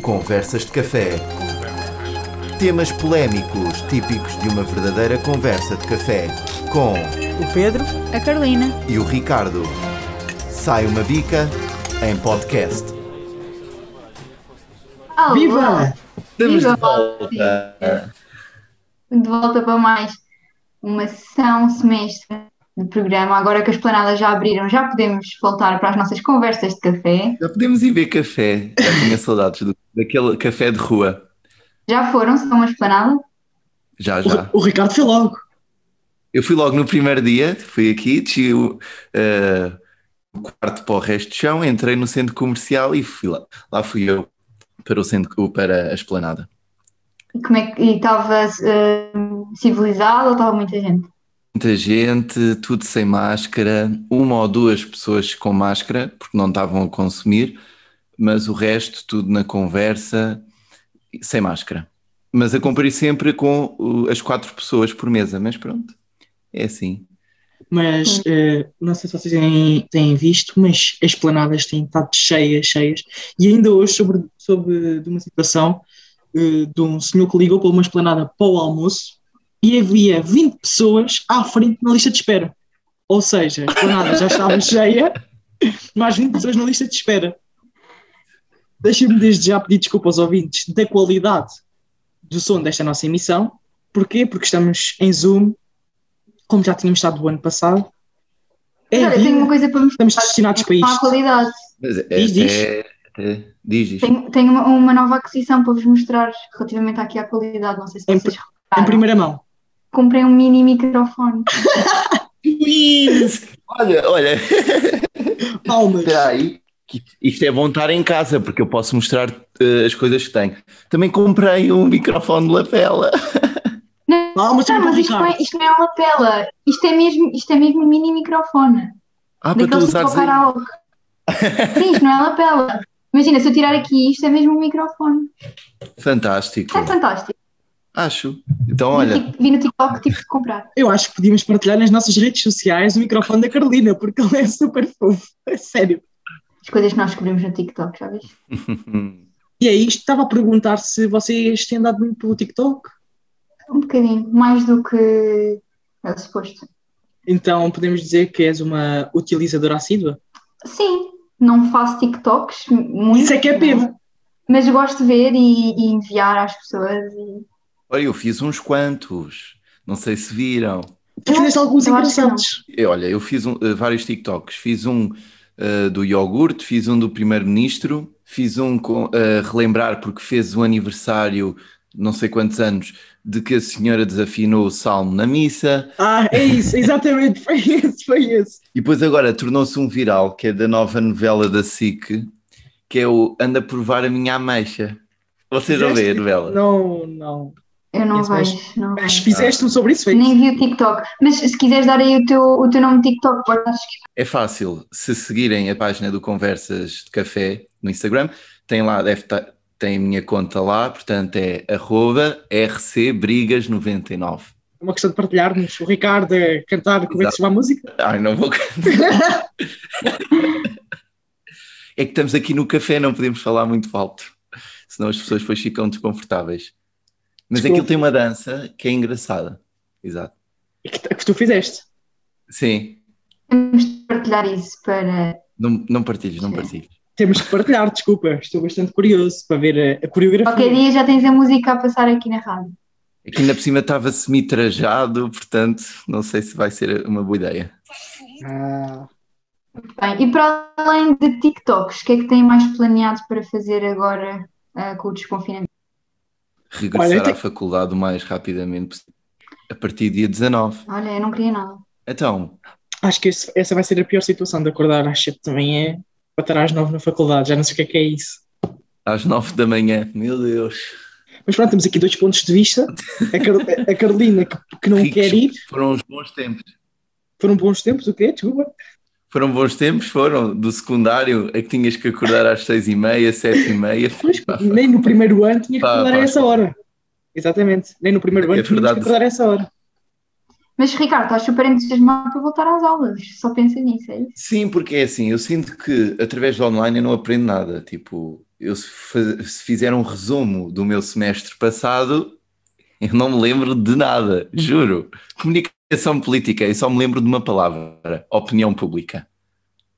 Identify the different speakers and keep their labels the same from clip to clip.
Speaker 1: Conversas de café. Temas polémicos típicos de uma verdadeira conversa de café. Com
Speaker 2: O Pedro
Speaker 3: A Carolina.
Speaker 1: e o Ricardo. Sai uma bica em podcast.
Speaker 4: Olá!
Speaker 5: Viva!
Speaker 4: Estamos
Speaker 5: Viva!
Speaker 4: de volta!
Speaker 5: De volta para mais uma sessão, um semestre de programa. Agora que as planadas já abriram, já podemos voltar para as nossas conversas de café.
Speaker 4: Já podemos ir ver café. Já tinha saudades do- daquele café de rua.
Speaker 5: Já foram, são uma esplanada?
Speaker 4: Já,
Speaker 5: O-
Speaker 4: já.
Speaker 5: o
Speaker 2: Ricardo foi logo.
Speaker 4: Eu fui logo no primeiro dia, fui aqui, desci o, eh, o quarto para o resto do chão, entrei no centro comercial e fui lá. Lá fui eu para o centro, para a esplanada.
Speaker 5: E como é que e estava eh, civilizado ou estava muita gente?
Speaker 4: Muita gente, tudo sem máscara, uma ou duas pessoas com máscara, porque não estavam a consumir, mas o resto, tudo na conversa, sem máscara. Mas a cumprir sempre com uh, as quatro pessoas por mesa, mas pronto, é assim.
Speaker 2: Mas eh, não sei se vocês têm, têm visto, mas as planadas têm estado cheias, cheias. E ainda hoje sobre, sobre de uma situação eh, de um senhor que ligou para uma esplanada para o almoço e havia 20 pessoas à frente na lista de espera. Ou seja, a esplanada já estava cheia, mais 20 pessoas na lista de espera. Deixem-me desde já pedir desculpa aos ouvintes da qualidade do som desta nossa emissão. Porquê? Porque estamos em Zoom como já tínhamos estado o ano passado. É
Speaker 5: Mas olha, tenho uma
Speaker 2: vida,
Speaker 5: coisa para me
Speaker 2: estamos destinados para
Speaker 5: falar à
Speaker 2: isto.
Speaker 5: qualidade.
Speaker 4: Mas é-
Speaker 2: Diz, diz.
Speaker 4: é- é- diz, diz.
Speaker 5: Tenho, tenho uma, uma nova aquisição para vos mostrar relativamente aqui à qualidade. Não sei se
Speaker 2: Em
Speaker 5: vocês
Speaker 2: Em
Speaker 5: repararam.
Speaker 2: primeira mão.
Speaker 5: Comprei um mini microfone.
Speaker 4: Olha, olha,
Speaker 2: Palmas.
Speaker 4: espera aí. que isto- Isto é bom estar em casa, porque eu posso mostrar uh, as coisas que tenho. Também comprei um microfone de lapela.
Speaker 2: Palmas
Speaker 5: Não,
Speaker 2: também para o
Speaker 5: Tá, mas isto não, é,
Speaker 2: Ricardo.
Speaker 5: isto não é uma tela. Isto é mesmo, isto é mesmo um mini microfone.
Speaker 4: Ah, para tu
Speaker 5: Daqueles tipo
Speaker 4: usares.
Speaker 5: ao
Speaker 4: aí.
Speaker 5: karaoke. Sim, isto não é lapela. Imagina, se eu tirar aqui, isto é mesmo um microfone.
Speaker 4: Fantástico.
Speaker 5: Isto é fantástico.
Speaker 4: Acho. Então,
Speaker 5: Vi
Speaker 4: olha,
Speaker 5: no Tik- Vi no TikTok tipo de comprar.
Speaker 2: Eu acho que podíamos partilhar nas nossas redes sociais o microfone da Carolina, porque ele é super fofo. É sério.
Speaker 5: As coisas que nós descobrimos no TikTok, já viste?
Speaker 2: E é isto. Estava a perguntar se vocês têm andado muito pelo TikTok.
Speaker 5: Um bocadinho, mais do que era suposto.
Speaker 2: Então podemos dizer que és uma utilizadora assídua.
Speaker 5: Sim, não faço TikToks muito.
Speaker 2: Isso é que é pena.
Speaker 5: Mas gosto de ver e, e enviar às pessoas. E...
Speaker 4: olha, eu fiz uns quantos. Não sei se viram.
Speaker 2: Tu fizeste alguns
Speaker 5: Eu acho que não.
Speaker 2: engraçados.
Speaker 4: Eu, olha, eu fiz um, eh, vários TikToks. Fiz um eh, do iogurte, fiz um do primeiro-ministro, fiz um com, eh, relembrar porque fez o aniversário, não sei quantos anos, de que a senhora desafinou o salmo na missa.
Speaker 2: Ah, é isso. Exatamente. Foi esse. Foi esse.
Speaker 4: E depois agora tornou-se um viral, que é da nova novela da SIC, que é o Anda a Provar a Minha Ameixa. Vocês vão ver a novela.
Speaker 2: Não, não.
Speaker 5: Eu não
Speaker 2: Isso,
Speaker 4: é
Speaker 2: mas-
Speaker 5: vejo. não
Speaker 2: Mas
Speaker 5: vejo.
Speaker 2: fizeste um sobre isso, foi
Speaker 5: Nem vi o TikTok. Mas se quiseres dar aí o teu, o teu nome de TikTok, podes
Speaker 4: É fácil. Se seguirem a página do Conversas de Café no Instagram, tem lá, deve tá- tem a minha conta lá, portanto é arroba rcbrigas99.
Speaker 2: É uma questão de partilharmos. O Ricardo a cantar como é que se chama a música.
Speaker 4: Ai, não vou cantar. É que estamos aqui no café, não podemos falar muito alto, senão as pessoas depois ficam desconfortáveis. Mas
Speaker 2: Desculpa.
Speaker 4: aquilo tem uma dança que é engraçada. Exato.
Speaker 2: E Que, que tu fizeste.
Speaker 4: Sim,
Speaker 5: Temos de partilhar isso para.
Speaker 4: não, não partilhes, não
Speaker 5: Sim.
Speaker 4: partilhes.
Speaker 2: Temos que partilhar, desculpa. Estou bastante curioso para ver a, a coreografia.
Speaker 5: Qualquer dia já tens a música a passar aqui na rádio.
Speaker 4: Aqui É ainda por cima estava semi-trajado, portanto, não sei se vai ser uma boa ideia.
Speaker 2: Ah,
Speaker 5: Bem, e para além de TikToks, o que é que têm mais planeado para fazer agora ah, com o desconfinamento?
Speaker 4: Regressar
Speaker 2: Olha, tem-
Speaker 4: à faculdade o mais rapidamente possível, a partir do dia 19.
Speaker 5: Olha, eu não queria nada.
Speaker 4: Então,
Speaker 2: acho que esse- essa vai ser a pior situação de acordar às 7 da manhã para estar às 9 na faculdade. Já não sei o que é que é isso.
Speaker 4: às 9 da manhã, meu Deus,
Speaker 2: Mas pronto, temos aqui dois pontos de vista. A, Car- a Carolina, que, que não
Speaker 4: Ricos.
Speaker 2: quer ir,
Speaker 4: foram uns bons tempos.
Speaker 2: foram bons tempos, o quê? Desculpa.
Speaker 4: Foram bons tempos, foram do secundário, a que tinhas que acordar às 6 e meia, 7 e meia.
Speaker 2: Pois, nem no primeiro ano tinha que
Speaker 4: Pá,
Speaker 2: acordar
Speaker 4: pá,
Speaker 2: a essa
Speaker 4: pá.
Speaker 2: hora. Exatamente. Nem no primeiro
Speaker 4: É
Speaker 2: ano tinha que
Speaker 4: verdade.
Speaker 2: acordar a essa hora.
Speaker 5: Mas, Ricardo, estás super entusiasmado para voltar às aulas. Só pensa nisso, é isso?
Speaker 4: Sim, porque é assim, eu sinto que através do online eu não aprendo nada, tipo, eu eu se, fa- se fizer um resumo do meu semestre passado, eu não me lembro de nada, juro. Comunicação política, eu só me lembro de uma palavra: opinião pública.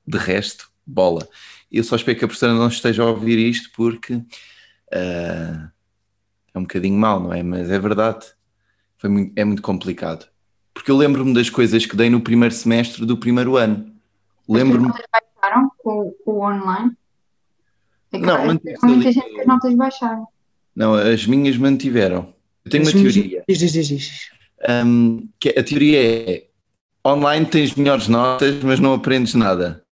Speaker 4: De resto, bola. Eu só espero que a professora não esteja a ouvir isto porque ah, é um bocadinho mau, não é? Mas é verdade. Foi muito- é muito complicado. Porque eu lembro-me das coisas que dei no primeiro semestre do primeiro ano. Lembro-me
Speaker 5: Baixaram com com o online? É que
Speaker 4: Não,
Speaker 5: há-
Speaker 4: manteve-se
Speaker 5: há muita
Speaker 4: ali.
Speaker 5: gente que as notas baixaram.
Speaker 4: Não, as minhas mantiveram. Eu tenho
Speaker 2: Mas
Speaker 4: uma
Speaker 2: diz-
Speaker 4: teoria.
Speaker 2: Diz, diz, diz, diz.
Speaker 4: hum, que a teoria é online tens melhores notas, mas não aprendes nada.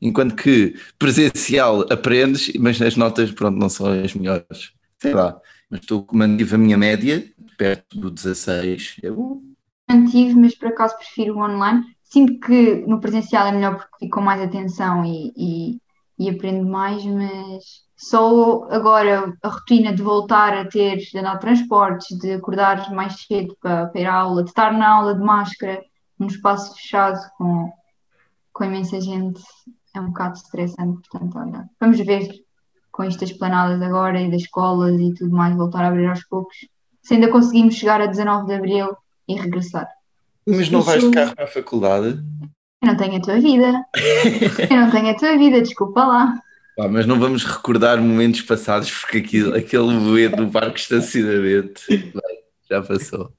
Speaker 4: Enquanto que presencial aprendes, mas as notas pronto, não são as melhores. Sei lá. Mas estou mantive a minha média perto do 16. É bom.
Speaker 5: Mantive, mas por acaso prefiro o online. Sinto que no presencial é melhor porque fico com mais atenção e, e, e aprendo mais, mas só agora a rotina de voltar a ter, de andar de transportes, de acordar mais cedo para, para ir à aula, de estar na aula de máscara, num espaço fechado com, com imensa gente, é um bocado estressante. Portanto, olha, vamos ver com estas planadas agora e das escolas e tudo mais, voltar a abrir aos poucos. Se ainda conseguimos chegar a 19 de abril e regressar.
Speaker 4: Mas não vais de carro para a faculdade?
Speaker 5: Eu não tenho a tua vida. Eu não tenho a tua vida, desculpa lá.
Speaker 4: Pá, mas não vamos recordar momentos passados porque aquilo, aquele momento do parque de estacionamento bem, já passou.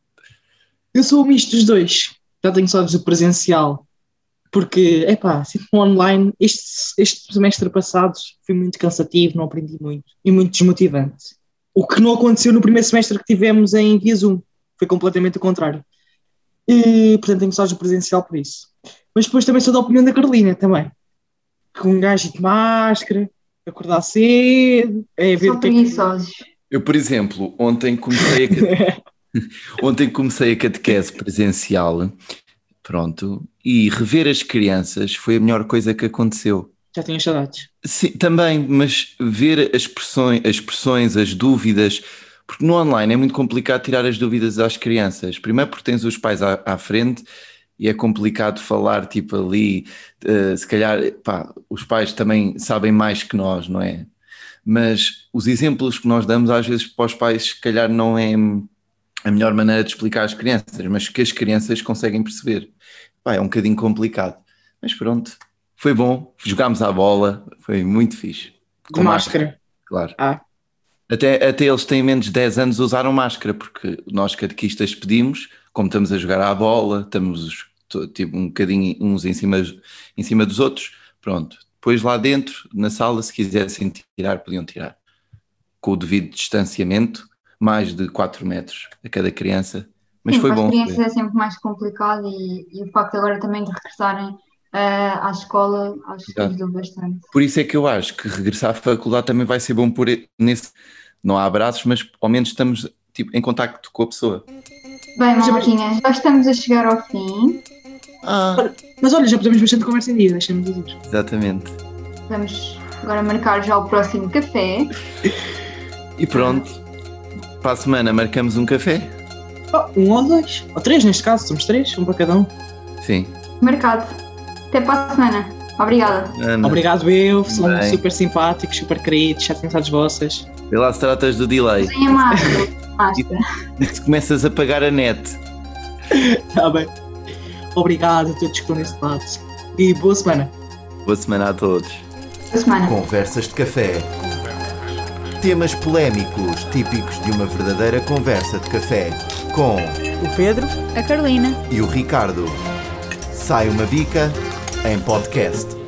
Speaker 2: Eu sou o misto dos dois. Já tenho saudades do presencial. Porque, epá, sinto-me online. Este, este semestre passado foi muito cansativo, não aprendi muito. E muito desmotivante. O que não aconteceu no primeiro semestre que tivemos em via Zoom. Foi completamente o contrário. E, portanto, tenho saudades do presencial por isso. Mas depois também sou da opinião da Carolina, também. Que um gajo de máscara, acordar cedo, é ver
Speaker 5: Sou
Speaker 2: o que é que-
Speaker 5: preguiçosos.
Speaker 4: Eu, por exemplo, ontem comecei a, cate- ontem comecei a catequese presencial, pronto, e rever as crianças foi a melhor coisa que aconteceu.
Speaker 2: Já tinha saudades.
Speaker 4: Sim, também, mas ver as pressões, as pressões, as dúvidas, porque no online é muito complicado tirar as dúvidas às crianças. Primeiro porque tens os pais à, à frente e é complicado falar tipo ali, eh, se calhar, pá, os pais também sabem mais que nós, não é? Mas os exemplos que nós damos às vezes para os pais, se calhar não é a melhor maneira de explicar às crianças, mas que as crianças conseguem perceber. Pá, é um bocadinho complicado, mas pronto. Foi bom, jogámos à bola, foi muito fixe.
Speaker 2: Com máscara.
Speaker 4: claro.
Speaker 2: Ah.
Speaker 4: Até, até eles têm menos de 10 anos usaram máscara, porque nós catequistas pedimos, como estamos a jogar à bola, estamos os- to- tipo, um bocadinho uns em cima, em cima dos outros, pronto. Depois lá dentro, na sala, se quisessem tirar, podiam tirar. Com o devido distanciamento, mais de 4 metros a cada criança. Mas
Speaker 5: Sim,
Speaker 4: foi
Speaker 5: para
Speaker 4: bom.
Speaker 5: as crianças é sempre mais complicado e, e o facto agora também de regressarem ah, à escola acho que
Speaker 4: Exato.
Speaker 5: ajudou bastante.
Speaker 4: Por isso é que eu acho que regressar à faculdade também vai ser bom por nesse. Não há abraços, mas ao menos estamos tipo, em contacto com a pessoa.
Speaker 5: Bem, Malquinhas, já estamos a chegar ao fim.
Speaker 4: Ah,
Speaker 2: Mas olha, já podemos bastante conversa em dia, deixa-me dizer.
Speaker 4: exatamente.
Speaker 5: Vamos agora marcar já o próximo café.
Speaker 4: E pronto. Para a semana marcamos um café?
Speaker 2: Oh, um ou dois, ou três neste caso, somos três, um para cada um.
Speaker 4: Sim.
Speaker 5: Marcado. Até para a semana. Obrigada.
Speaker 4: Ana,
Speaker 2: Obrigado eu, são
Speaker 4: Bem.
Speaker 2: super simpáticos, super queridos, já tenho saudades vossas.
Speaker 4: vê lá se tratas do delay.
Speaker 5: Sem a máscara. máscara.
Speaker 4: E se começas a pagar a net.
Speaker 2: Tá bem. Obrigado a todos que estão nesse lado. E boa semana.
Speaker 4: Boa semana a todos.
Speaker 5: Boa semana.
Speaker 1: Conversas de café. Temas polémicos típicos de uma verdadeira conversa de café. Com
Speaker 3: O Pedro, a Carolina
Speaker 1: e o Ricardo. Sai uma bica em podcast.